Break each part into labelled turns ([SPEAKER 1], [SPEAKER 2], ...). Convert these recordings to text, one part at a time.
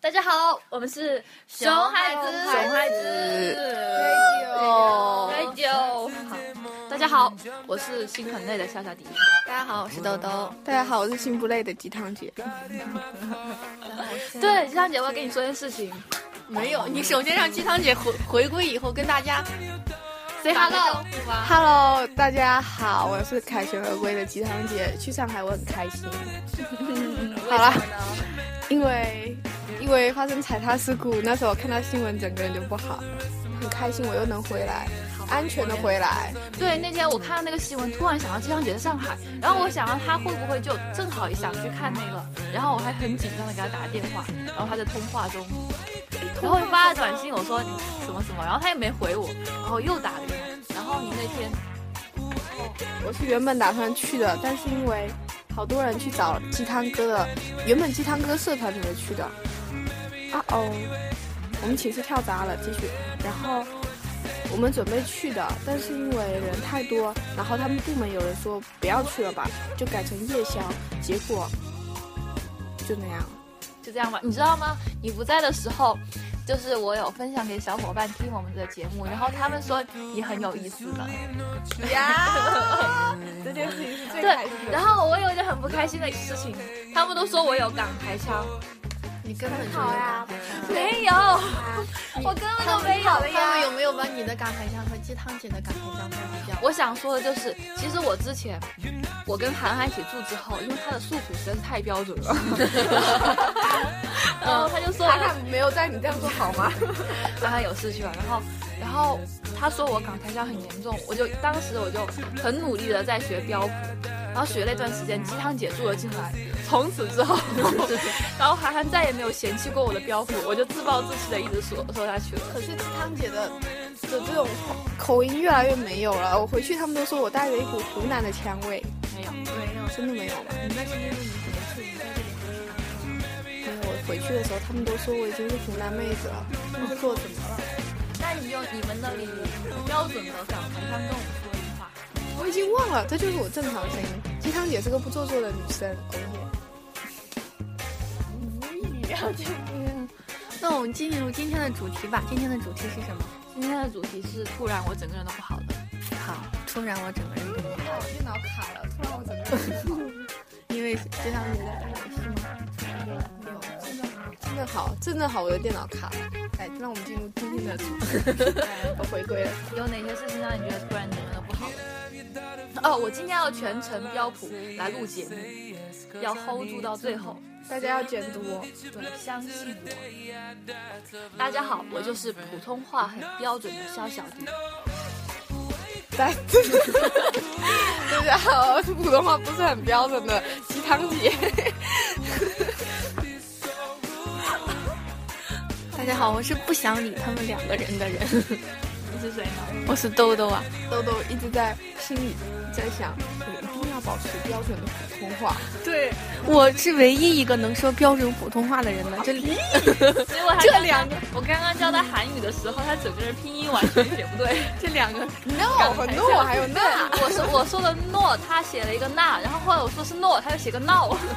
[SPEAKER 1] 大家好，我们是熊孩子，
[SPEAKER 2] 熊孩
[SPEAKER 1] 子，radio，好，大家好，我是心很累的夏夏迪，
[SPEAKER 3] 大家好，我是豆豆。
[SPEAKER 2] 大家好，我是心不累的鸡汤姐。
[SPEAKER 1] 对，鸡汤姐，我要跟你说件事情
[SPEAKER 3] 没有，你首先让鸡汤姐回回归以后跟大家
[SPEAKER 1] ，say hello，
[SPEAKER 2] Hello，大家好，我是凯旋而归的鸡汤姐。去上海我很开 心。好啦，因为因为发生踩踏事故，那时候看到新闻，整个人就不好，很开心我又能回来，安全的回来。
[SPEAKER 1] 对，那天我看到那个新闻，突然想到鸡汤姐在上海，然后我想到她会不会就正好也想去看那个，然后我还很紧张的给她打电话，然后她在通话中，然后发了短信我说你什么什么，然后她也没回我，然后又打了给她，然后你那天
[SPEAKER 2] 我是原本打算去的，但是因为好多人去找鸡汤哥的，原本鸡汤哥社团里面去的。啊哦，我们寝室跳闸了，继续。然后我们准备去的，但是因为人太多，然后他们部门有人说不要去了吧，就改成夜宵，结果就那样。
[SPEAKER 1] 就这样吧，你知道吗？你不在的时候，就是我有分享给小伙伴听我们的节目，然后他们说你很有意思的，
[SPEAKER 2] 呀，这件事情是最
[SPEAKER 1] 对。然后我有一件很不开心的事情，他们都说我有港台腔，
[SPEAKER 3] 你根本
[SPEAKER 4] 好呀，
[SPEAKER 1] 没 有，我根本都没有啊的
[SPEAKER 3] 他们有
[SPEAKER 1] 呀。
[SPEAKER 3] 没有把你的港台腔和鸡汤姐的港台腔放比较？
[SPEAKER 1] 我想说的就是，其实我之前我跟涵涵一起住之后，因为她的诉苦实在是太标准 了，然后她就说我
[SPEAKER 2] 他看没有在你这样说好吗？
[SPEAKER 1] 让他有事去了，然后，然后他说我港台腔很严重，我就当时我就很努力的在学标普，然后学了一段时间，鸡汤姐住了进来，从此之后， 然后涵涵再也没有嫌弃过我的标普，我就自暴自弃的一直说说下去了。
[SPEAKER 2] 可是鸡汤姐的的这种口音越来越没有了。我回去他们都说我带着一股湖南的腔味，
[SPEAKER 1] 没有，
[SPEAKER 3] 没有，
[SPEAKER 2] 真的没有吗？
[SPEAKER 3] 你那是因为你怎么处理在这里不是港台腔？
[SPEAKER 2] 因为我回去的时候，他们都说我已经是湖南妹子了。他们说我怎么了？
[SPEAKER 1] 那你用你们那里标准的港台腔跟我们说一句话。
[SPEAKER 2] 我已经忘了，这就是我正常声音。鸡汤姐是个不做作的女生，哦耶！
[SPEAKER 3] 那我们进入今天的主题吧。今天的主题是什么？
[SPEAKER 1] 今天的主题是突然我整个人都不好的，
[SPEAKER 3] 好，突然我整个人都不好
[SPEAKER 2] 我电脑卡了，突然我整个人
[SPEAKER 3] 因为鸡汤姐在打游戏吗？
[SPEAKER 2] 真的好，真的好，我的电脑卡了。来，让我们进入今天的主题。我回归了，
[SPEAKER 1] 有哪些事情让你觉得突然整个人都不好？哦，我今天要全程标普来录节目，要 hold 住到最后。
[SPEAKER 2] 大家要监督我。
[SPEAKER 1] 对，相信我。大家好，我就是普通话很标准的肖小迪。
[SPEAKER 2] 大大家好，我是普通话不是很标准的鸡汤姐。
[SPEAKER 3] 大家好，我是不想理他们两个人的人，
[SPEAKER 1] 你是谁呢？
[SPEAKER 3] 我是豆豆啊。
[SPEAKER 2] 豆豆一直在心里在想，我一定要保持标准的普通话。
[SPEAKER 3] 对，我是唯一一个能说标准普通话的人了。这里
[SPEAKER 1] 结果他这两个，我刚刚教他韩语的时候，他整个人拼音完全写不对。
[SPEAKER 3] 这两个
[SPEAKER 2] no，很多我还有那，
[SPEAKER 1] 我说我说的诺，他写了一个那，然后后来我说是诺，他又写个闹。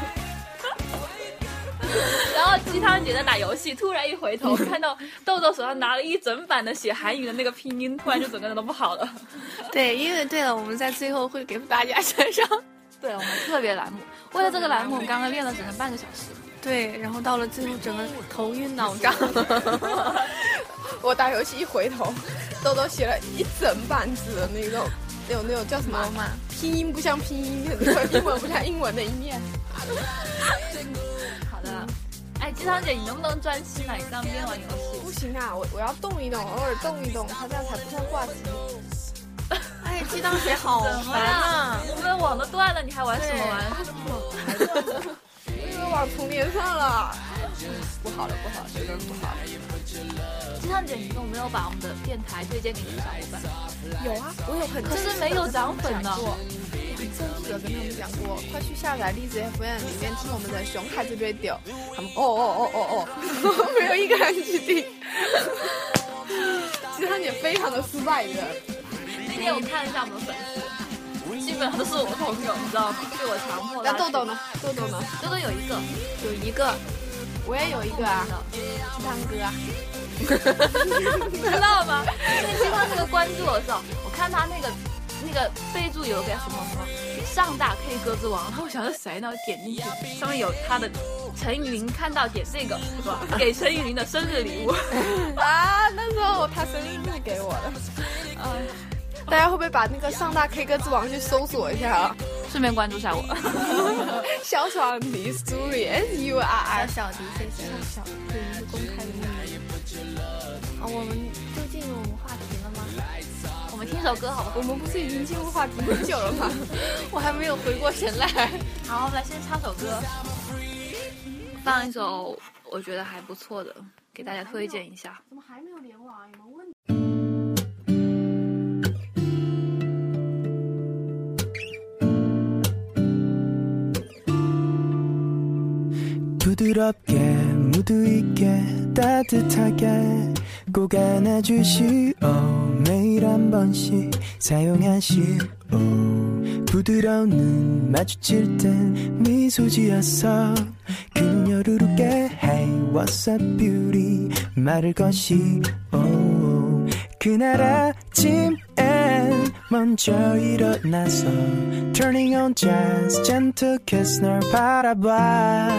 [SPEAKER 1] 然后鸡汤姐在打游戏，突然一回头看到豆豆手上拿了一整版的写韩语的那个拼音，突然就整个人都不好了。
[SPEAKER 3] 对，因为对了，我们在最后会给大家献上。
[SPEAKER 1] 对我们特别栏目，为了这个栏目，我刚刚练了整整半个小时。
[SPEAKER 3] 对，然后到了最后，整个头晕脑胀。
[SPEAKER 2] 我打游戏一回头，豆豆写了一整版纸的那种，那种那种叫什么？啊
[SPEAKER 3] 妈，
[SPEAKER 2] 拼音不像拼音，英文不像英文的一面。
[SPEAKER 1] 好的，哎，鸡汤姐，你能不能专心啊？你刚边玩游戏，
[SPEAKER 2] 不行啊，我我要动一动，偶尔动一动，它这样才不像挂机。
[SPEAKER 3] 哎，鸡汤姐好
[SPEAKER 1] 么
[SPEAKER 3] 烦
[SPEAKER 1] 呀
[SPEAKER 3] 啊！
[SPEAKER 1] 我们网都断了，你还玩什么玩？
[SPEAKER 2] 我以为网哎重连上了。嗯
[SPEAKER 1] 啊鸡汤姐，你有没有把我们的电台推荐给你的小伙伴？
[SPEAKER 2] 有啊，我有很
[SPEAKER 1] 可是没有涨粉呢。
[SPEAKER 2] 很正式的跟他们讲过，快去下载荔枝 FM 里面听我们的熊孩子 radio。他们哦哦哦哦哦， 没有一个人去听。鸡汤姐非常的失败的，
[SPEAKER 1] 那天我看了一下我们的粉丝，基本上都是我朋友，你知道吗？被我强迫拉
[SPEAKER 2] 那
[SPEAKER 1] 黑
[SPEAKER 2] 豆豆？呢？豆豆呢？
[SPEAKER 1] 豆豆有一个，
[SPEAKER 3] 有一个，
[SPEAKER 2] 我也有一个啊，鸡汤哥啊，
[SPEAKER 1] 知道吗？那个鸡汤那个关注我的时候，我看他那个那个备注有个什么什么上大 K 歌之王，然后我想是谁呢？我点进去，上面有他的陈雨林看到点这个，我给陈雨林的生日礼物。
[SPEAKER 2] 啊，那时候他生日是给我的。大家会不会把那个上大 K 歌之王去搜索一下 啊？
[SPEAKER 1] 顺便关注一下我。
[SPEAKER 2] 小爽迪苏里 S U R R
[SPEAKER 3] 小。小迪，谢谢小迪，一个公开的秘密。啊，我们就进入我们话题了吗？
[SPEAKER 1] 我们听首歌好不好？
[SPEAKER 2] 我们不是已经进入话题很久了吗？我还没有回过神来。
[SPEAKER 1] 好，我们来先唱首歌，放一首我觉得还不错的，给大家推荐一下。
[SPEAKER 2] 怎么还没有联网？有没有问题？
[SPEAKER 4] 부드럽게 무드 있게 따뜻하게 꼭 안아주시오 매일 한 번씩 사용하시오 부드러운 눈 마주칠 땐 미소 지었어 그녀를 웃게 Hey what's up beauty 말을 것이오 그날 아침엔 먼저 일어나서 Turning on jazz gentle kiss 널 바라봐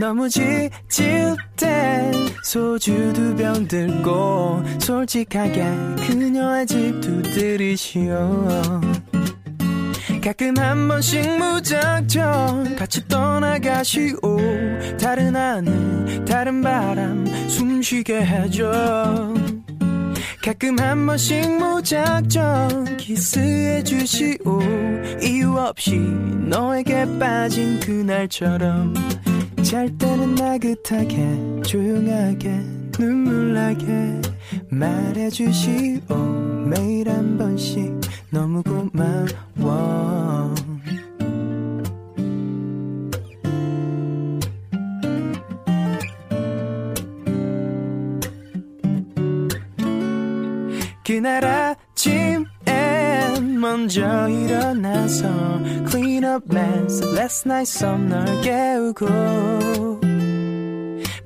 [SPEAKER 4] 너무 지칠 땐 소주 두 병 들고 솔직하게 그녀의 집 두드리시오 가끔 한 번씩 무작정 같이 떠나가시오 다른 하늘 다른 바람 숨쉬게 해줘 가끔 한 번씩 무작정 키스해 주시오 이유 없이 너에게 빠진 그날처럼 잘 때는 나긋하게 조용하게 눈물나게 말해 주시오 매일 한 번씩 너무 고마워 그날 아침엔 먼저 일어나서 Clean up mess last night 썸널 깨우고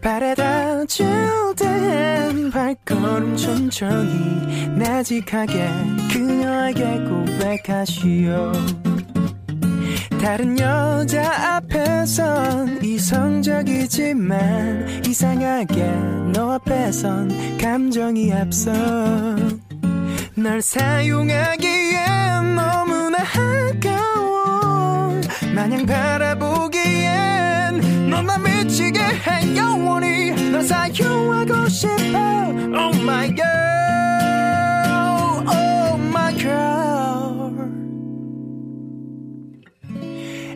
[SPEAKER 4] 바래다 줄땐 발걸음 천천히 나직하게 그녀에게 고백하시오 다른 여자 앞에선 이성적이지만 이상하게 너 앞에선 감정이 앞서 널 사용하기에 너무나 아까워 마냥 바라보기엔 너나 미치게 해 영원히 널 사용하고 싶어 Oh my girl Oh my girl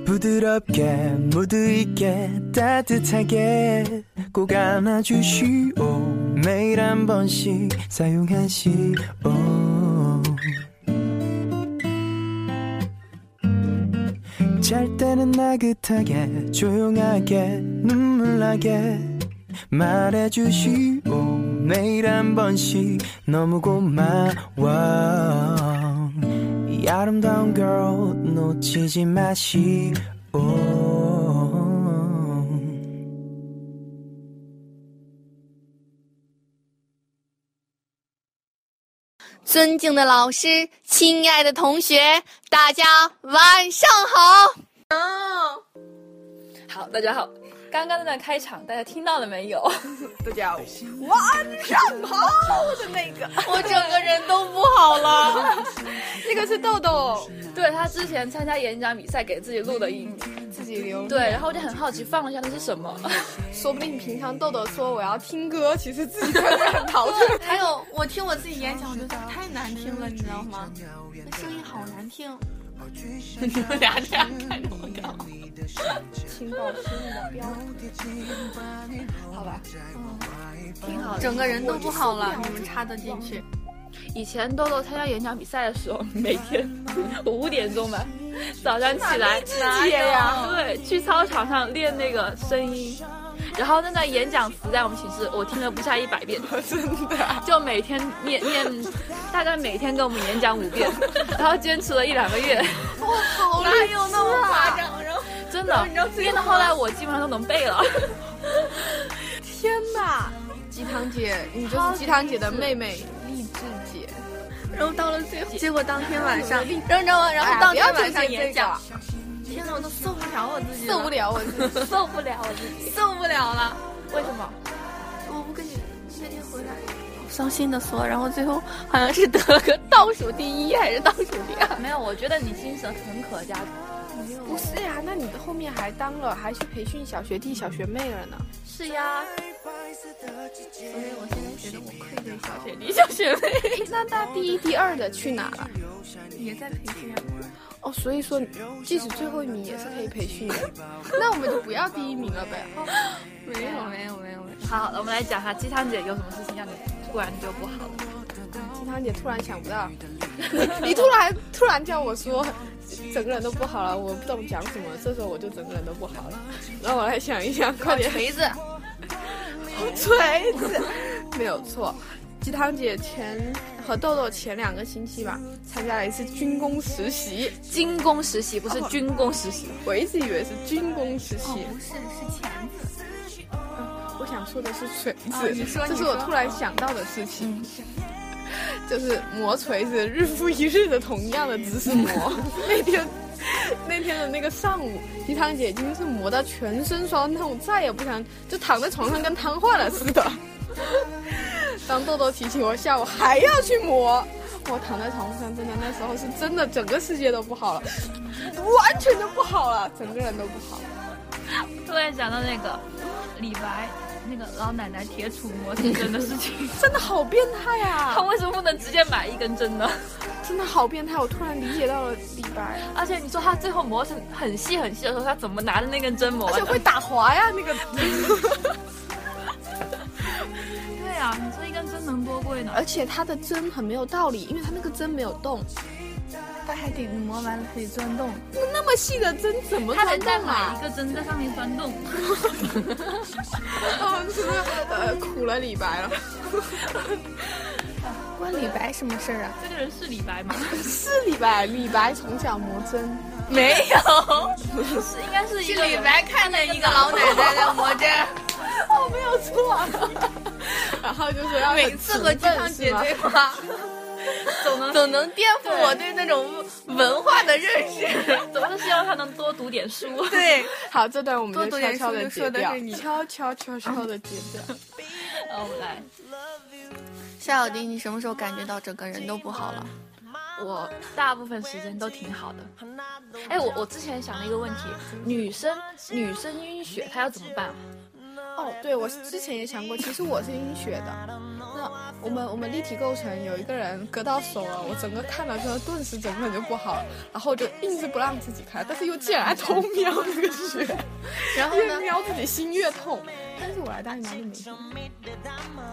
[SPEAKER 4] 부드럽게 무드 있게 따뜻하게 꼭 안아주시오 매일 한 번씩 사용하시오 잘 때는 나긋하게 조용하게 눈물나게 말해주시오 매일 한 번씩 너무 고마워 이 아름다운 girl 놓치지 마시오
[SPEAKER 3] 尊敬的老师，亲爱的同学，大家晚上好。哦
[SPEAKER 1] 好，大家好，刚刚那段开场大家听到了没 有？
[SPEAKER 2] 大家晚上好的那个，
[SPEAKER 3] 我整个人都不好了。
[SPEAKER 2] 那个是豆豆
[SPEAKER 1] 对他之前参加演讲比赛给自己录的音，
[SPEAKER 2] 自己留。
[SPEAKER 1] 对，，然后我就很好奇放了一下那是什么，
[SPEAKER 2] 说不定平常豆豆说我要听歌，其实自己在那很陶醉。
[SPEAKER 3] 还有，我听我自己演讲，我觉得太难听了，你知道吗？那声音好难听。你们俩这样看着我干嘛？
[SPEAKER 2] 请保持你的标准。
[SPEAKER 1] 好吧，
[SPEAKER 2] 挺好
[SPEAKER 3] 整个人都不好了，你们插得进去？
[SPEAKER 1] 以前豆豆参加演讲比赛的时候，每天 我五点钟吧，早上起来
[SPEAKER 2] 己呀
[SPEAKER 1] 对，去操场上练那个声音。然后那段演讲词在我们寝室，我听了不下一百遍， 真的，啊就每天念念，大概每天跟我们演 讲五遍，然后坚持了一两个月，
[SPEAKER 2] 好
[SPEAKER 3] 啊哪有那么夸张？然后
[SPEAKER 1] 真真 的
[SPEAKER 3] 你知道，最
[SPEAKER 1] 练到后来我基本上都能背了。
[SPEAKER 2] 天哪！ 鸡汤姐，你就是鸡汤姐的妹妹励志姐。
[SPEAKER 3] 然后到了最后，结果当天晚上，
[SPEAKER 2] 哎呀
[SPEAKER 3] 然后你知道吗？然后当
[SPEAKER 2] 不要
[SPEAKER 3] 天
[SPEAKER 2] 纠
[SPEAKER 3] 晚上
[SPEAKER 2] 结
[SPEAKER 3] 演
[SPEAKER 2] 这
[SPEAKER 3] 讲，
[SPEAKER 2] 个，
[SPEAKER 3] 天呐，我都受不了我自己了，
[SPEAKER 2] 受不了 我自己。
[SPEAKER 1] 受不了我自己，
[SPEAKER 3] 受不了了。
[SPEAKER 1] 为什么？
[SPEAKER 3] 我不跟你那天回来，好伤心的说，然后最后好像是得了个倒数第一还是倒数第二，
[SPEAKER 1] 没有，我觉得你精神很可嘉。
[SPEAKER 3] 没有
[SPEAKER 2] 不是呀、那你后面还当了，还去培训小学弟、小学妹了呢。
[SPEAKER 1] 是呀，
[SPEAKER 3] 所以我现在觉得我愧对小学
[SPEAKER 1] 李小学妹。
[SPEAKER 2] 哎那那第一、第二的去哪了？
[SPEAKER 3] 弟，也在培训啊。
[SPEAKER 2] 哦，所以说即使最后一名也是可以培训的。 那我们就不要第一名了呗。
[SPEAKER 3] 没有没有没有没有，
[SPEAKER 1] 好，我们来讲一下鸡汤姐有什么事情让你突然就不好了。
[SPEAKER 2] 鸡汤姐突然想不到， 你你突然突然叫我说，整个人都不好了，我不懂讲什么，这时候我就整个人都不好了。让我来想一想，快点。
[SPEAKER 3] 锤子，
[SPEAKER 2] 锤子，没有错。鸡汤姐前和豆豆前两个星期吧，参加了一次军工实习。
[SPEAKER 1] 军工实习不是军工实习，
[SPEAKER 2] 我一直以为是军工实
[SPEAKER 3] 哦
[SPEAKER 2] 习，
[SPEAKER 3] 不是是钳子，
[SPEAKER 2] 嗯我想说的是锤子，
[SPEAKER 3] 哦你说
[SPEAKER 2] 这是
[SPEAKER 3] 你说
[SPEAKER 2] 我
[SPEAKER 3] 嗯
[SPEAKER 2] 突然想到的事情。 就是磨锤子，日复一日的同样的姿势 磨。那天，那天的那个上午，鸡汤姐已经是磨到全身酸痛，再也不想就躺在床上跟瘫痪了似的。 当豆豆提醒我下午还要去磨，我躺在床上，真的那时候是真的整个世界都不好了，完全都不好了，整个人都不好了。
[SPEAKER 1] 突然想到那个李白那个老奶奶铁杵磨成针的事情，
[SPEAKER 2] 真的好变态啊！
[SPEAKER 1] 他为什么不能直接买一根针呢？
[SPEAKER 2] 真的好变态！我突然理解到了李白，
[SPEAKER 1] 而且你说他最后磨成很细很细的时候，他怎么拿着那根针磨
[SPEAKER 2] 而且
[SPEAKER 1] 的？
[SPEAKER 2] 会打滑呀，那个
[SPEAKER 1] 对啊，你说一根针能多贵呢？
[SPEAKER 2] 而且他的针很没有道理，因为他那个针没有动，
[SPEAKER 3] 他还得磨完了还得钻洞，
[SPEAKER 2] 那么细的针怎么
[SPEAKER 1] 他得
[SPEAKER 2] 钻
[SPEAKER 1] 再
[SPEAKER 2] 动
[SPEAKER 1] 买
[SPEAKER 2] 啊
[SPEAKER 1] 一？个针在上面钻洞，
[SPEAKER 2] 哦，真的呃苦了李白了，
[SPEAKER 3] 关李白什么事儿啊？
[SPEAKER 1] 这个人是李白吗？
[SPEAKER 2] 是李白，李白从小磨针，
[SPEAKER 1] 没有，是应该是一个人
[SPEAKER 3] 看了一个老奶奶在磨针，
[SPEAKER 2] 哦没有错 啊，然后就说要很勤奋是吗
[SPEAKER 3] 话，
[SPEAKER 1] 总能
[SPEAKER 3] 总能颠覆我对那种文化的认识。
[SPEAKER 1] 总是希望他能多读点书。
[SPEAKER 3] 对，
[SPEAKER 2] 好，这段我们
[SPEAKER 3] 多
[SPEAKER 2] 就
[SPEAKER 3] 读
[SPEAKER 2] 悄
[SPEAKER 3] 点
[SPEAKER 2] 悄
[SPEAKER 3] 书
[SPEAKER 2] 的
[SPEAKER 3] 就
[SPEAKER 2] 截
[SPEAKER 3] 说的
[SPEAKER 2] 掉
[SPEAKER 3] 是，你
[SPEAKER 2] 悄悄悄悄的截掉。
[SPEAKER 1] 哦，我们来，
[SPEAKER 3] 夏小迪，你什么时候感觉到整个人都不好了？
[SPEAKER 1] 我大部分时间都挺好的。哎，我我之前想了一个问题，女生女生晕血她要怎么办啊？
[SPEAKER 2] 哦，对，我之前也想过，其实我是晕血的。那我们我们立体构成有一个人割到手了，我整个看了之后，顿时整个人就不好了，然后我就硬是不让自己看，但是又竟然偷瞄那个血，
[SPEAKER 3] 然后
[SPEAKER 2] 越
[SPEAKER 3] 呢？
[SPEAKER 2] 瞄自己心越痛。但是我来大姨妈就没事，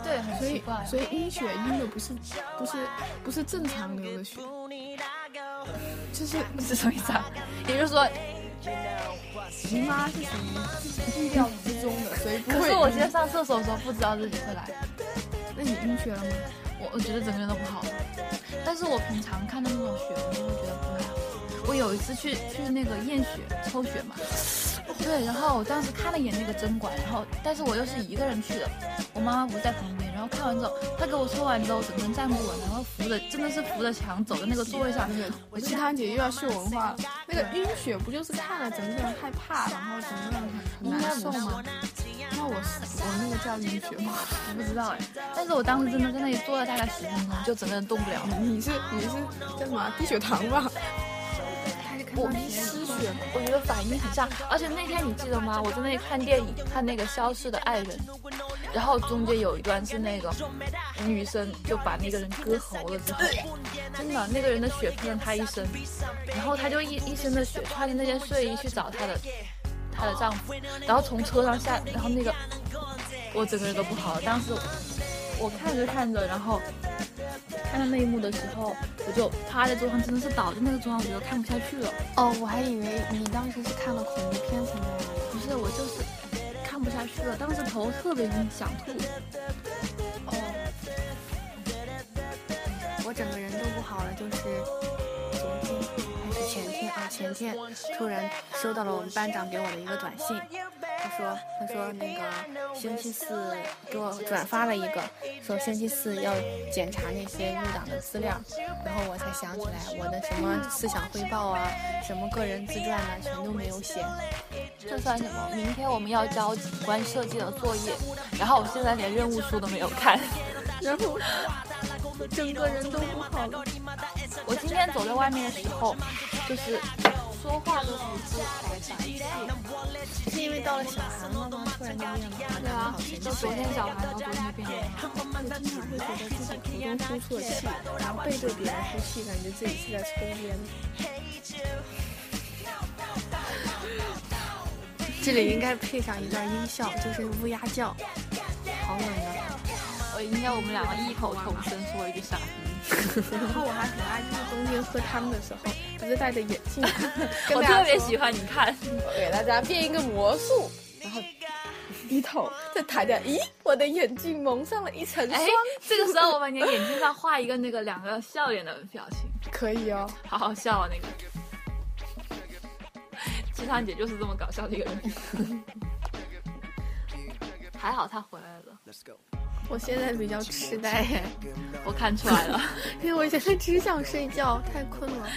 [SPEAKER 1] 对，很
[SPEAKER 2] 所以
[SPEAKER 1] 怪
[SPEAKER 2] 所以晕血晕的不是不是不是正常流的血，就是
[SPEAKER 1] 是什么意思啊？也就是说，
[SPEAKER 2] 姨妈是属于意料之中的，所以不
[SPEAKER 1] 可
[SPEAKER 2] 会。
[SPEAKER 1] 是我今天上厕所的时候不知道自己会来，
[SPEAKER 2] 那你晕血了吗？
[SPEAKER 1] 我我觉得整个人都不好。但是我平常看到那种血，我就会觉得不太好。我有一次去去那个验血抽血嘛，对，然后我当时看了一眼那个针管，然后但是我又是一个人去的，我妈妈不在旁边，然后看完之后，她给我抽完之后，我整个人站不稳，然后扶着真的是扶着墙走在那个座位上，
[SPEAKER 2] 我鸡汤姐又要秀文化了。那个晕血不就是看了整个人害怕，然后整个人很
[SPEAKER 1] 应该
[SPEAKER 2] 难
[SPEAKER 1] 不
[SPEAKER 2] 受
[SPEAKER 1] 是
[SPEAKER 2] 吗？那我是我那个叫晕血吗？
[SPEAKER 1] 我不知道哎，但是我当时真的在那里坐了大概十分钟，就整个人动不了。
[SPEAKER 2] 你是你是叫什么低血糖吧？
[SPEAKER 1] 我失血，我觉得反应很像。而且那天你记得吗？我在那里看电影，看那个《消失的爱人》，然后中间有一段是那个女生就把那个人割喉了之后，真的那个人的血喷了她一身，然后她就一一身的血，穿着那件睡衣去找她的她的丈夫，然后从车上下，然后那个我整个人都不好了。当时我看着看着，然后看到那一幕的时候，我就趴在桌上，真的是倒在那个桌上，我就看不下去了。
[SPEAKER 3] 哦，我还以为你当时是看了恐怖片才那样。
[SPEAKER 1] 不是，我就是看不下去了，当时头特别晕，想吐。
[SPEAKER 3] 哦，我整个人都不好了，就是昨天还是前天啊，前天突然收到了我们班长给我的一个短信，他说他说那个星期四给我转发了一个，说星期四要检查那些入党的资料，然后我才想起来我的什么思想汇报啊，什么个人自传啊，全都没有写。
[SPEAKER 1] 这算什么？明天我们要交景观设计的作业，然后我现在连任务书都没有看。
[SPEAKER 2] 然后整个人都不好了。
[SPEAKER 1] 我今天走在外面的时候，就是说话都不是白气。
[SPEAKER 3] 是因为到了小寒了吗？突然就变了，
[SPEAKER 1] 对啊
[SPEAKER 3] 好神，奇
[SPEAKER 1] 就昨天小孩，然后昨天变成
[SPEAKER 2] 我经常会觉得自己途中出错气，然后背对别人出气，感觉自己是在抽烟。
[SPEAKER 3] 这里应该配上一段音效，就是乌鸦叫，好冷啊！
[SPEAKER 1] 我应该我们两个异口同声说一句傻逼。
[SPEAKER 2] 然后我还很爱就是冬天喝汤的时候，我就戴着眼 镜，
[SPEAKER 1] 我
[SPEAKER 2] 跟大家
[SPEAKER 1] 特别
[SPEAKER 2] 说
[SPEAKER 1] 喜欢你看，
[SPEAKER 2] 我给大家变一个魔术，然后低头再抬掉，咦，我的眼镜蒙上了一层霜，
[SPEAKER 1] 哎，这个时候我把你的眼睛上画一个那个两个笑脸的表情，
[SPEAKER 2] 可以哦。
[SPEAKER 1] 好好笑啊那个。 鸡汤姐就是这么搞笑的一个人， 还好她回来了，
[SPEAKER 2] 我现在比较痴呆，
[SPEAKER 1] 我看出来了。
[SPEAKER 2] 因为哎我现在只想睡觉，太困了。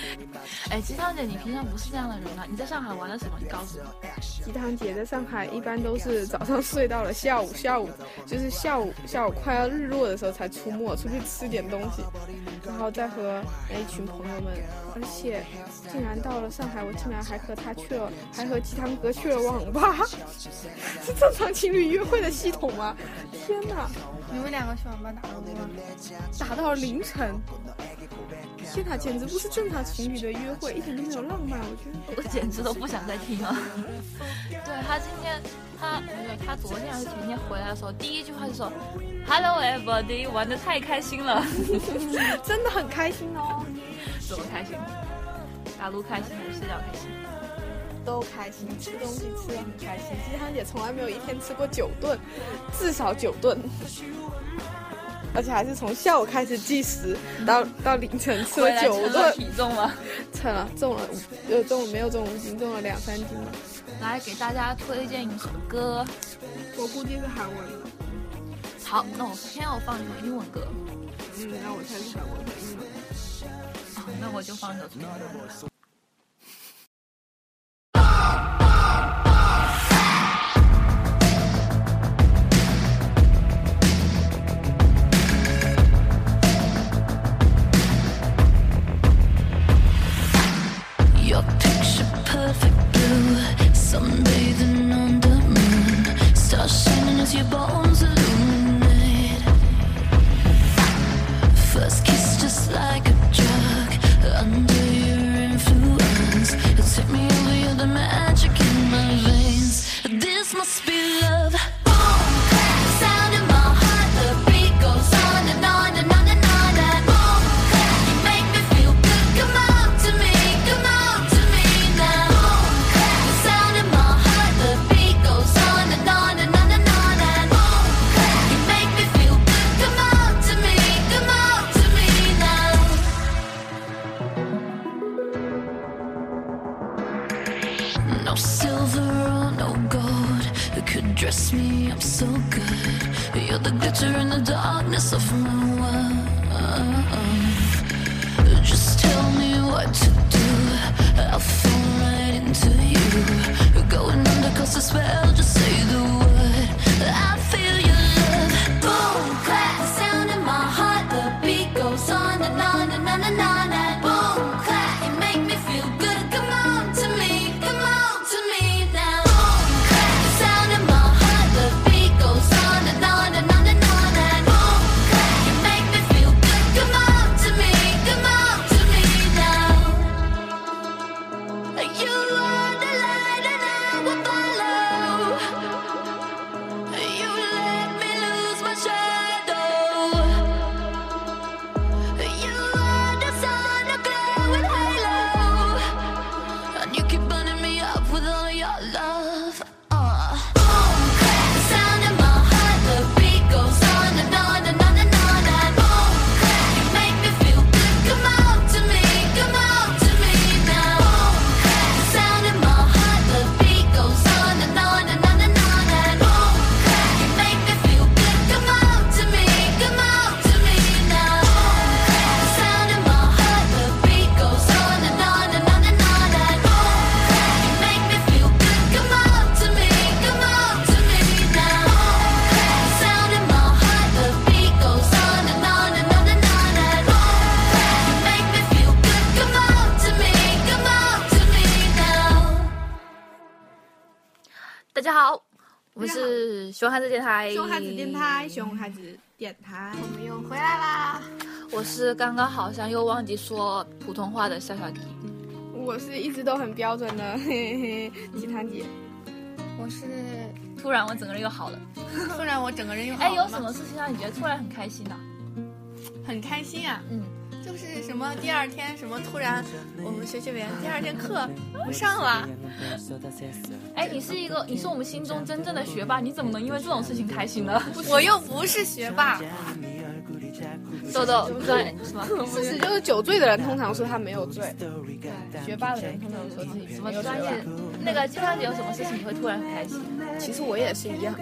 [SPEAKER 1] 哎，鸡汤姐，你平常不是这样的人啊？你在上海玩了什么？你告诉我。
[SPEAKER 2] 鸡汤姐在上海一般都是早上睡到了下午，下午就是下午下午快要日落的时候才出没，出去吃点东西，然后再和哎一群朋友们。而且，竟然到了上海，我竟然还和他去了，还和鸡汤哥去了网吧，是正常情侣约会的系统吗？天哪，
[SPEAKER 3] 你们两个去网吧打撸吗？
[SPEAKER 2] 打到了凌晨！天哪，简直不是正常情侣的约会，一点都没有浪漫，我觉得。
[SPEAKER 1] 我简直都不想再听了。 对他今天，他没有，他昨天还是前天回来的时候，第一句话就说：“Hello everybody，玩的太开心了。
[SPEAKER 2] 真的很开心哦，”
[SPEAKER 1] 怎么开心？打撸开心还是睡觉开心？
[SPEAKER 2] 都开心，吃东西吃的很开心。鸡汤姐从来没有一天吃过九顿，至少九顿，而且还是从下午开始计时，到到凌晨吃
[SPEAKER 1] 回
[SPEAKER 2] 了
[SPEAKER 1] 来
[SPEAKER 2] 九
[SPEAKER 1] 称了
[SPEAKER 2] 顿，
[SPEAKER 1] 体重吗？
[SPEAKER 2] 称了重了五，呃重了没有重五斤，重了两三斤吧。
[SPEAKER 1] 来给大家推荐一首歌。
[SPEAKER 2] 我估计是韩文的，
[SPEAKER 1] 好，那我偏要放一首英文歌。
[SPEAKER 2] 嗯，那我猜是韩文的英文。
[SPEAKER 5] 嗯
[SPEAKER 1] 啊，那我就放一首纯文歌。
[SPEAKER 6] Your picture perfect blue, sunbathing on the moon. Stars shining as your bones illuminate. First kiss just like a drug, under your influence. It took me over, you're the magic in my veins. This must be love. Boom, clap, sound in my heart, the beat goes on and on and on and on. That boom, clap, you make me feel good. Come on to me, come on to me now. Boom, clap, sound in my heart, the beat goes on and on and on and on. That boom, clap, you make me feel good. Come on to me, come on to me now. No silver or no gold could dress me up so good. You're the glitter in the darkness of my world. Just tell me what to do. I'll fall right into you. Going under cause the spell, just say the word. I feel your love. Boom, clap, the sound in my heart. The beat goes on and on and on and on. And boom, clap, you make me feel good. Come on to me, come on to me now. Boom, clap, the sound in my heart. The beat goes on and on and on and on. And boom, clap, you make me feel good. Come on to me, come on to me now. You are the light Uh.
[SPEAKER 5] 我们是熊孩子电台，
[SPEAKER 7] 熊孩子电，台，熊孩子电台，
[SPEAKER 2] 我们又回来啦！
[SPEAKER 1] 我是刚刚好像又忘记说普通话的小小迪。
[SPEAKER 2] 我是一直都很标准的，嘿嘿，鸡汤姐。
[SPEAKER 3] 我是
[SPEAKER 1] 突然我整个人又好了。
[SPEAKER 5] 突然我整个人又好
[SPEAKER 1] 哎，有
[SPEAKER 5] 了
[SPEAKER 1] 什
[SPEAKER 5] 吗
[SPEAKER 1] 么事情让你觉得突然很开心呢、
[SPEAKER 5] 很开心啊？
[SPEAKER 1] 嗯，
[SPEAKER 5] 就是什么第二天什么突然我们学学员第二天课不上了，
[SPEAKER 1] 哎，你是一个，你是我们心中真正的学霸，你怎么能因为这种事情开心呢？
[SPEAKER 5] 我又不是学霸，
[SPEAKER 1] 豆豆，对，什么？
[SPEAKER 2] 事实就是，酒醉的人通常说他没有醉。
[SPEAKER 1] 学霸的人通常说自己什么专业，那个鸡汤姐有什么事情你会突然很开心？
[SPEAKER 2] 其实我也是 一样，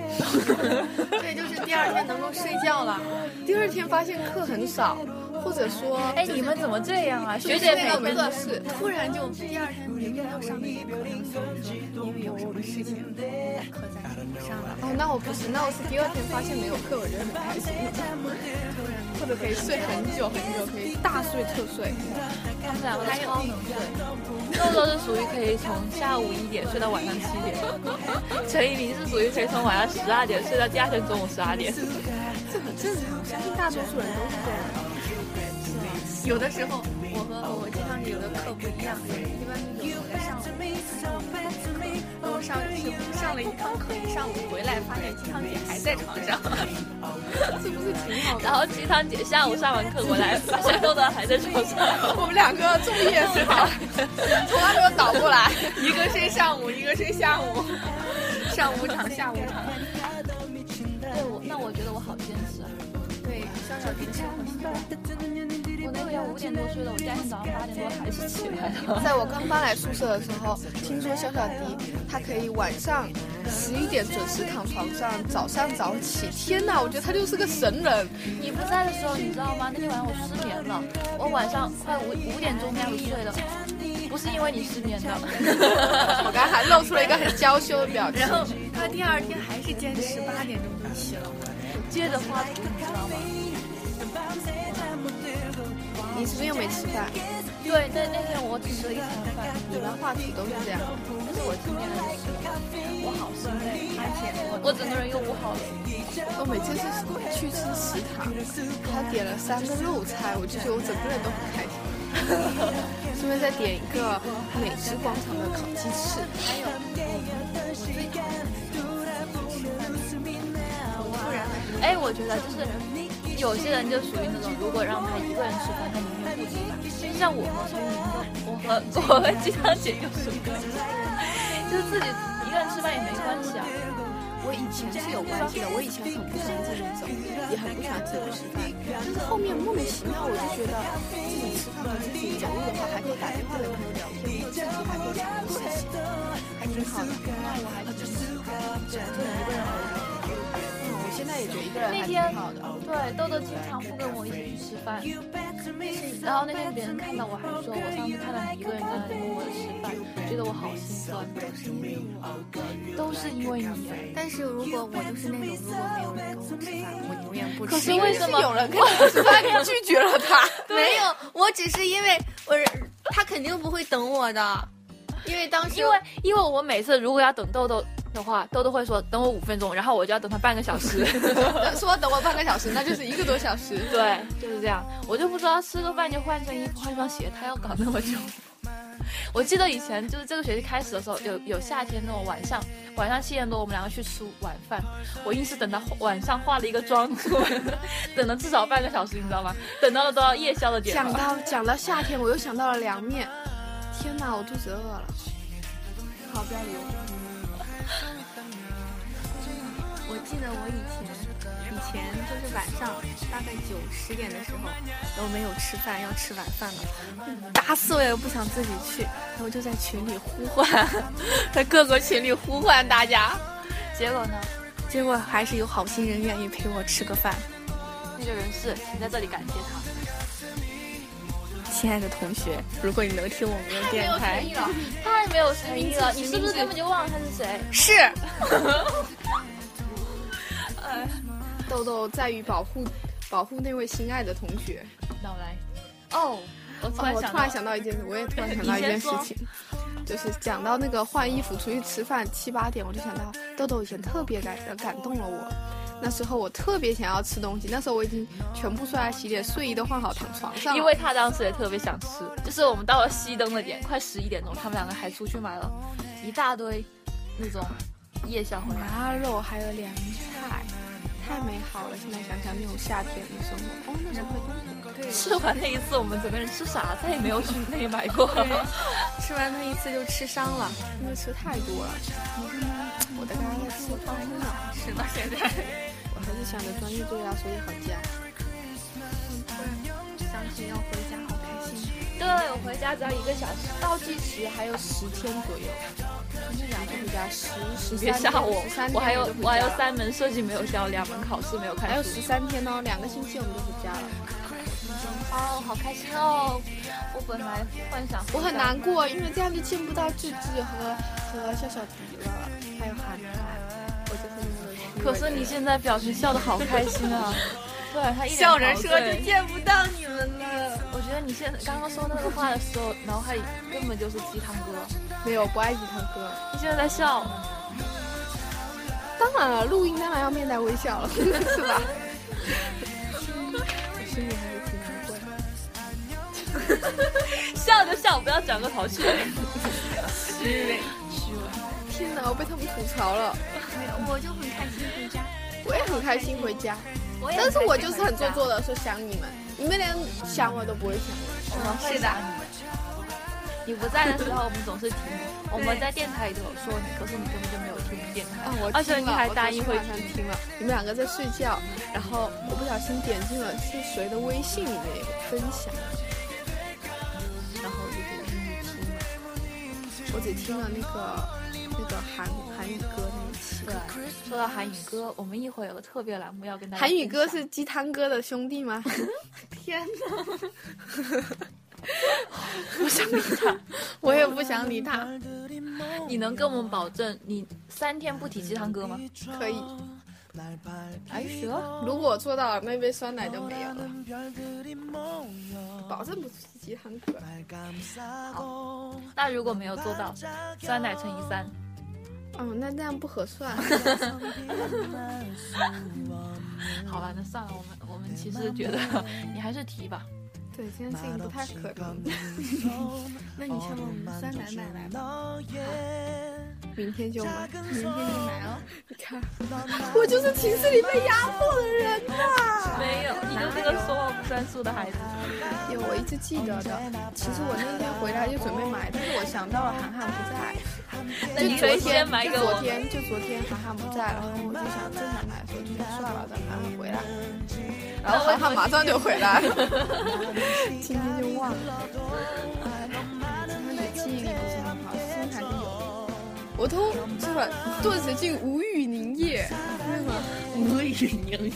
[SPEAKER 5] 对，就是第二天能够睡觉了。
[SPEAKER 2] 第二天发现课很少，或者说
[SPEAKER 1] 哎，你们怎么这样啊？学
[SPEAKER 5] 学
[SPEAKER 1] 姐
[SPEAKER 5] 姐
[SPEAKER 1] 陪
[SPEAKER 5] 那
[SPEAKER 1] 你
[SPEAKER 5] 个
[SPEAKER 1] 们
[SPEAKER 5] 课突然就第二天明明要上那个课，然后想说因为有什么事情，课暂时不上了。
[SPEAKER 2] 哦，那我不行，那我是第二天发现没有课，我觉得很开心，或者可以睡很久很久，可以大睡特睡。
[SPEAKER 1] 他们两个啊超能睡，豆豆是属于可以从下午一点睡到晚上七点，陈一鸣是属于可以从晚上十二点睡到第二天中午十二点。
[SPEAKER 5] 有的时候我和我经常是有的课不一样，一般有的上午然后上是上了一堂课，一上午回来发现鸡汤姐还在床上，
[SPEAKER 1] 然后鸡汤姐下午上完课回来，发现豆豆还在床上，
[SPEAKER 2] 我们两个昼夜思考，从来没有倒过来。
[SPEAKER 5] 一个睡上午，一个睡下午，上午场下午场。
[SPEAKER 1] 对我，那我觉得我好坚持啊！
[SPEAKER 5] 对，小小的生活习惯，
[SPEAKER 1] 我那天五点多睡的，我第二天早上八点多还是起来了。
[SPEAKER 2] 在我刚搬来宿舍的时候，听说小小迪他可以晚上十一点准时躺床上，早上早起。天哪，我觉得他就是个神人。
[SPEAKER 1] 你不在的时候，你知道吗？那天晚上我失眠了，我晚上快五五点钟那样子睡的，不是因为你失眠的。
[SPEAKER 2] 我刚还露出了一个很娇羞的表情
[SPEAKER 5] 然。后她第二天还是坚持八点钟就起了。
[SPEAKER 1] 接着画图，你知道吗？
[SPEAKER 2] 你是不是又没吃饭？
[SPEAKER 1] 对，那那天我只吃了一餐饭，
[SPEAKER 2] 你们画图都是这样。
[SPEAKER 1] 但是我今天还是吃了，我好心累，而且我我整个人又不好了。
[SPEAKER 2] 我每次是去吃食堂，他点了三个肉菜，我就觉得我整个人都很开心。 顺便再点一个美食广场的烤鸡翅。
[SPEAKER 1] 哎，我觉得就是有些人就属于那种，如果让他一个人吃饭，他宁愿不吃饭。就像我和陈明就，我和我和鸡汤姐就是， 就是自己一个人吃饭也没关系啊。
[SPEAKER 2] 我以前是有关系的，我以前很不喜欢自己走，也很不喜欢自己吃饭，但是后面莫名其妙我就觉得自己吃饭和自己走路的话，还可以打电话跟朋友聊天，自己还可以尝试事情，还挺好的。那我还挺喜欢一个人。嗯，我现在也觉得一个人
[SPEAKER 1] 那
[SPEAKER 2] 还挺
[SPEAKER 1] 天
[SPEAKER 2] 好的。
[SPEAKER 1] 对豆豆经常不跟我一起去吃饭，然后那天别人看到我还说，我上次看到你一个人在那里默默的吃饭，觉得我好心酸。都是因为你，啊
[SPEAKER 5] 但是如果我就是那种如果没有人跟我吃饭，我永远不吃。
[SPEAKER 1] 可是为什么
[SPEAKER 2] 有人跟我吃饭，你拒绝了他？
[SPEAKER 5] 没有，我只是因为我他肯定不会等我的，因为当时
[SPEAKER 1] 因为因为我每次如果要等豆豆的话，豆豆会说等我五分钟，然后我就要等他半个小 时。
[SPEAKER 2] 说等我半个小时，那就是一个多小时。
[SPEAKER 1] 对，就是这样。我就不知道吃个饭就换身衣服、换双 鞋，他要搞那么久。我记得以前就是这个学期开始的时候，有有夏天那种晚上，晚上七点多我们两个去吃晚饭，我硬是等到晚上化了一个妆 出门，等了至少半个小时，你知道吗？等到了都要夜宵的点
[SPEAKER 2] 讲
[SPEAKER 1] 了。
[SPEAKER 2] 到讲到夏天，我又想到了凉面。天哪，我肚子饿了。好，不要理我。
[SPEAKER 5] 我记得我以前以前就是晚上大概九十点的时候都没有吃饭，要吃晚饭了，打死我也不想自己去，然后就在群里呼唤，在各个群里呼唤大家，
[SPEAKER 1] 结果呢，
[SPEAKER 5] 结果还是有好心人愿意陪我吃个饭。
[SPEAKER 1] 那个人是，请在这里感谢他。
[SPEAKER 5] 亲爱的同学，如果你能听我们的电台，
[SPEAKER 1] 太没有诚意哎了，你是不是根本就忘了他是谁？
[SPEAKER 5] 是
[SPEAKER 2] 豆豆在于保护保护那位心爱的同学。
[SPEAKER 1] 那我来。哦，我突
[SPEAKER 2] 哦
[SPEAKER 1] 然，
[SPEAKER 2] 我
[SPEAKER 1] 想
[SPEAKER 2] 突
[SPEAKER 1] 到
[SPEAKER 2] 然想到一件事，我也突然想到一件事情， 就是讲到那个换衣服出去吃饭七八点，我就想到豆豆以前特别感呃感动了我。那时候我特别想要吃东西，那时候我已经全部刷牙洗脸，睡衣都换好，躺床上了。
[SPEAKER 1] 因为他当时也特别想吃，就是我们到了熄灯的点，快十一点钟，他们两个还出去买了一大堆那种夜宵回来。
[SPEAKER 2] 鸭肉还有凉菜，太美好了！现在想想那种夏天的生活，哦，那时候会冬天。
[SPEAKER 1] 吃完那一次，我们整个人吃傻，再也没有去那里买过。
[SPEAKER 5] 吃完那一次就吃伤了，
[SPEAKER 2] 因为吃太多了。嗯我的专业 是我放心了，
[SPEAKER 5] 吃到现在。
[SPEAKER 2] 我还是想着专业对啊，所以好家。
[SPEAKER 5] 想起要回家，好开心。
[SPEAKER 1] 对我回家只要一个小时，
[SPEAKER 2] 倒计时还有十天左右，就是两个回家十十
[SPEAKER 1] 别
[SPEAKER 2] 三
[SPEAKER 1] 吓
[SPEAKER 2] 天，
[SPEAKER 1] 我
[SPEAKER 2] 十三，天
[SPEAKER 1] 我还有
[SPEAKER 2] 就回
[SPEAKER 1] 我还有
[SPEAKER 2] 家了
[SPEAKER 1] 三门设计没有交，两门考试没有看
[SPEAKER 2] 还有
[SPEAKER 1] 书
[SPEAKER 2] 十三天哦，两个星期我们就回家了。
[SPEAKER 1] 哦，好开心哦！我本来幻想
[SPEAKER 2] 我很难过，因为这样就见不到智智和和小小迪了，还有涵涵，我就是那么的虚伪
[SPEAKER 1] 可是你现在表情笑的好开心啊！对，他一脸
[SPEAKER 5] 笑着
[SPEAKER 1] 陶
[SPEAKER 5] 说
[SPEAKER 1] 醉
[SPEAKER 5] 就见不到你们了。
[SPEAKER 1] 我觉得你现在刚刚说那个话的时候，脑海里根本就是鸡汤哥。
[SPEAKER 2] 没有不爱吉他哥。
[SPEAKER 1] 你现在在笑，
[SPEAKER 2] 当然了，录音当然要面带微笑了， 是吧？我心里还是挺难过的。
[SPEAKER 1] 笑就笑，不要转过头 去。
[SPEAKER 2] 天哪，我被他们吐槽了。
[SPEAKER 5] 我就很开心回家，
[SPEAKER 2] 我也很开心回家，
[SPEAKER 5] 我也
[SPEAKER 2] 但是
[SPEAKER 5] 很
[SPEAKER 2] 我
[SPEAKER 5] 开
[SPEAKER 2] 就
[SPEAKER 5] 心
[SPEAKER 2] 是很
[SPEAKER 5] 回家
[SPEAKER 2] 做作的说想你们，你们连想我都不会想我。
[SPEAKER 5] 是的，
[SPEAKER 1] 你不在的时候，我们总是提你。我们在电台里都有说你，可是你根本就没有听电台。
[SPEAKER 2] 啊，我
[SPEAKER 5] 哦
[SPEAKER 1] 而
[SPEAKER 2] 听
[SPEAKER 1] 且
[SPEAKER 2] 了，
[SPEAKER 1] 你还答应
[SPEAKER 2] 我昨
[SPEAKER 1] 会
[SPEAKER 2] 天晚上听了。你们两个在睡觉，然后我不小心点进了是谁的微信里面有分享，然后我就点进去听了。我只听了那个那个韩韩语歌那一期。
[SPEAKER 1] 对，说到韩语歌，我们一会儿有个特别栏目要跟大家。
[SPEAKER 2] 韩语歌是鸡汤哥的兄弟吗？
[SPEAKER 5] 天哪！
[SPEAKER 2] 我也不想理他。
[SPEAKER 1] 你能跟我们保证你三天不提鸡汤歌吗？
[SPEAKER 2] 可以，
[SPEAKER 5] 哦
[SPEAKER 2] 哎
[SPEAKER 1] Are you sure？
[SPEAKER 2] 如果做到了，那杯酸奶就没有了。保证不是鸡汤哥。
[SPEAKER 5] 嗯
[SPEAKER 1] 那如果没有做到，酸奶乘以三。
[SPEAKER 2] 哦，那那样不 合算。
[SPEAKER 1] 好吧，那算了，我们我们其实觉得你还是提吧。
[SPEAKER 2] 对，这件事情不太可能。
[SPEAKER 5] 那你先把我们的酸奶买来吧，
[SPEAKER 2] 明天就买。
[SPEAKER 5] 明天就买哦。
[SPEAKER 2] 你看，我就是寝室里被压迫的人啊呐、
[SPEAKER 1] 没有，你就是个说话不算数的 孩子。
[SPEAKER 2] 有，我一直记得的。其实我那天回来就准备买，但是我想到了涵涵不在，
[SPEAKER 1] 那
[SPEAKER 2] 就
[SPEAKER 1] 你可
[SPEAKER 2] 昨
[SPEAKER 1] 以先
[SPEAKER 2] 天，
[SPEAKER 1] 买给
[SPEAKER 2] 就
[SPEAKER 1] 我
[SPEAKER 2] 昨。天，就昨天涵涵不在，然后我就想正常来说就算了，等涵涵回来。然后涵涵马上就 回来了，今天就忘了。今天的记忆力不是很好，心还是有的。我都这个顿时竟无语凝噎，为什么？
[SPEAKER 5] 无语凝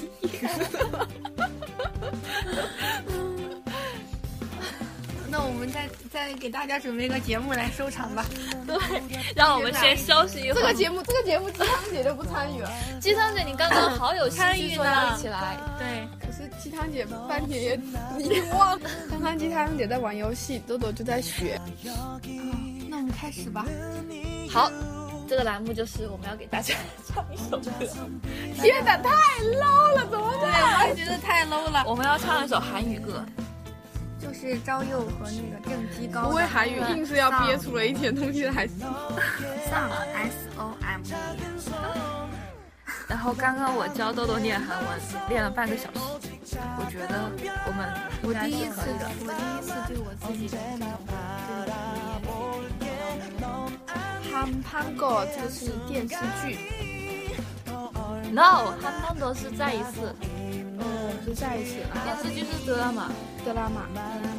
[SPEAKER 5] 那我们再再给大家准备个节目来收场吧。
[SPEAKER 1] 让我们先休息一会
[SPEAKER 2] 这
[SPEAKER 1] 儿。
[SPEAKER 2] 个节目，这个节目鸡汤姐就不参与了。
[SPEAKER 1] 鸡汤姐，你刚刚好有参与说要一起来，
[SPEAKER 5] 对，
[SPEAKER 2] 可是鸡汤姐、番茄也已经忘了。刚刚鸡汤姐在玩游戏，豆豆就在学。
[SPEAKER 5] 那我们开始吧。
[SPEAKER 1] 好。这个栏目就是我们要给大家唱一首歌，
[SPEAKER 2] 天哪，太 low 了，怎么这样？
[SPEAKER 5] 我也觉得太 low 了，
[SPEAKER 1] 我们要唱一首韩语歌。
[SPEAKER 5] 就是朝佑和那个郑基高的
[SPEAKER 2] 不会韩语，硬是要憋出了一点东西来。
[SPEAKER 5] 丧 S O M E。
[SPEAKER 1] 然后刚刚我教豆豆念韩文，练了半个小时，我觉得我们
[SPEAKER 5] 我
[SPEAKER 1] 应该
[SPEAKER 5] 第一
[SPEAKER 1] 是
[SPEAKER 5] 次
[SPEAKER 1] 可以
[SPEAKER 5] 我
[SPEAKER 1] 的。，
[SPEAKER 5] 第一次对我自己的这种
[SPEAKER 2] 潘潘狗，这是电视剧，
[SPEAKER 1] No，他们都是再一次，
[SPEAKER 2] 嗯，是在一起了。
[SPEAKER 1] 电视剧是 drama
[SPEAKER 2] 德拉玛，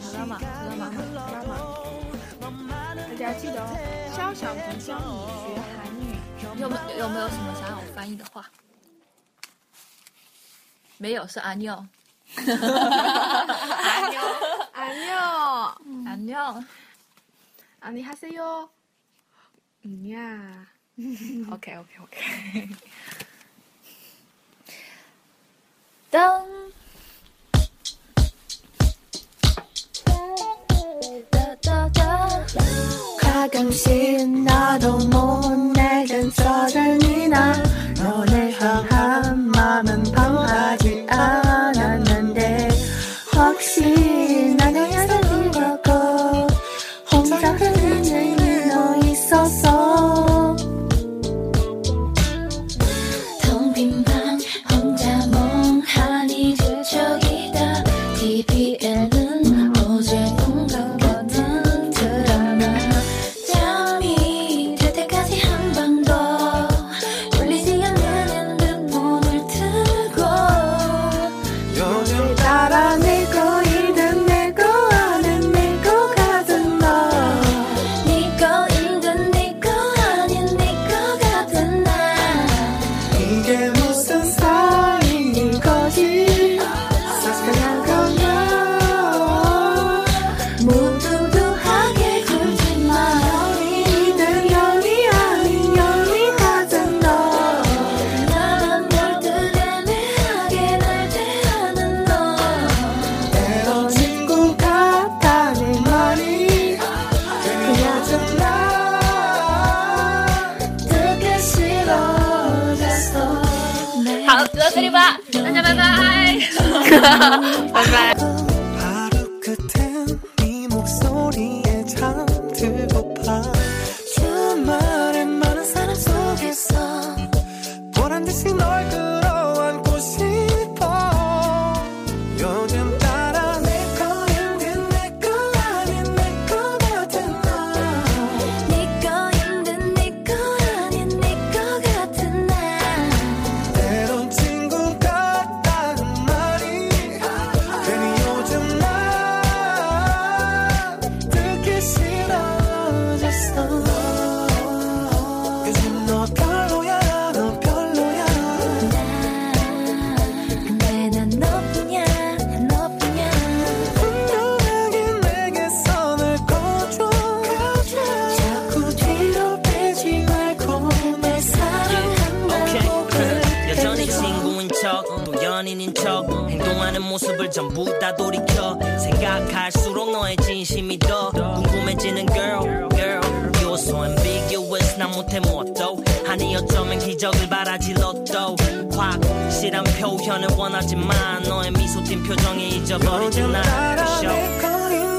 [SPEAKER 1] drama drama。
[SPEAKER 2] 德拉玛，大家记得哦。肖小迪教你学韩语，
[SPEAKER 1] 有没有有没有什么想要我翻译的话？没有，是安妞。安妞，
[SPEAKER 2] 安妞，
[SPEAKER 1] 安妞。
[SPEAKER 2] 안녕하세요，嗯呀，
[SPEAKER 1] OK OK OK。当。
[SPEAKER 6] 과감
[SPEAKER 4] 잠시 나도 모내겐 서전이 나 너를 향한 마음은 변하지 않았는데 혹시 나가 야단이라고 혼자 흐르는 일로 있었어
[SPEAKER 8] 텅 빈 방 혼자 멍하니 뒤척이다 TPL은 어제 본 것 같은 드라마 잠이 들 때까지 한 방 더 울리지 않는 듯 문을 틀고
[SPEAKER 4] 요즘 따라 밀고 이든 밀고 아는 밀고 가든 너
[SPEAKER 8] 네거 힘든 네거 아닌 네거 같은 날
[SPEAKER 4] 이게 무슨 사이인 거지 사랑한 거야
[SPEAKER 8] 무두두하게 굴지 마
[SPEAKER 4] 이든 연이 아닌 연이 같은 너
[SPEAKER 8] 나만 볼듯 애매하게 날 대하는 너
[SPEAKER 4] 때론 친구 같다는 말이 그냥 좀나
[SPEAKER 8] 듣기 싫어졌어
[SPEAKER 1] 好，到这里吧，大家拜拜。
[SPEAKER 4] 바로 끝엔 네 목소리에 잠들고파 수많은 많은 사람 속에서 보란듯이 널 끌어안고 싶어 요즘 따라 내거 힘든 내거 아닌 내거 같은 너
[SPEAKER 8] 네거 힘든 네거 아닌 네거 그 같은 날
[SPEAKER 4] 때론 친구 같다는 말이 괜히 요즘 나 듣기 싫어졌어 요즘 너 별로야 너 별로야
[SPEAKER 8] 근데 난 너뿐이야 난 너뿐이야
[SPEAKER 4] 분명하게 내게 선을 꺼줘 자꾸 뒤로 빼지 말고
[SPEAKER 8] 날
[SPEAKER 9] Okay.
[SPEAKER 8] 사랑한다고
[SPEAKER 9] 여전히
[SPEAKER 8] 그렇게
[SPEAKER 9] 친구인 척 또 연인인 척 행동하는 모습을 전부 다 돌이켜 생각할수록 너의 진심이 더 궁금해지는 girl girl You're so ambiguous 난 못해 무엇도 아니 어쩌면 기적을 바라지 로또 확실한 표현을 원하지만 너의 미소 띈 표정에 잊어버리지
[SPEAKER 4] 요즘
[SPEAKER 9] 나
[SPEAKER 4] 따라
[SPEAKER 9] 그 show
[SPEAKER 4] 내 거인
[SPEAKER 8] 네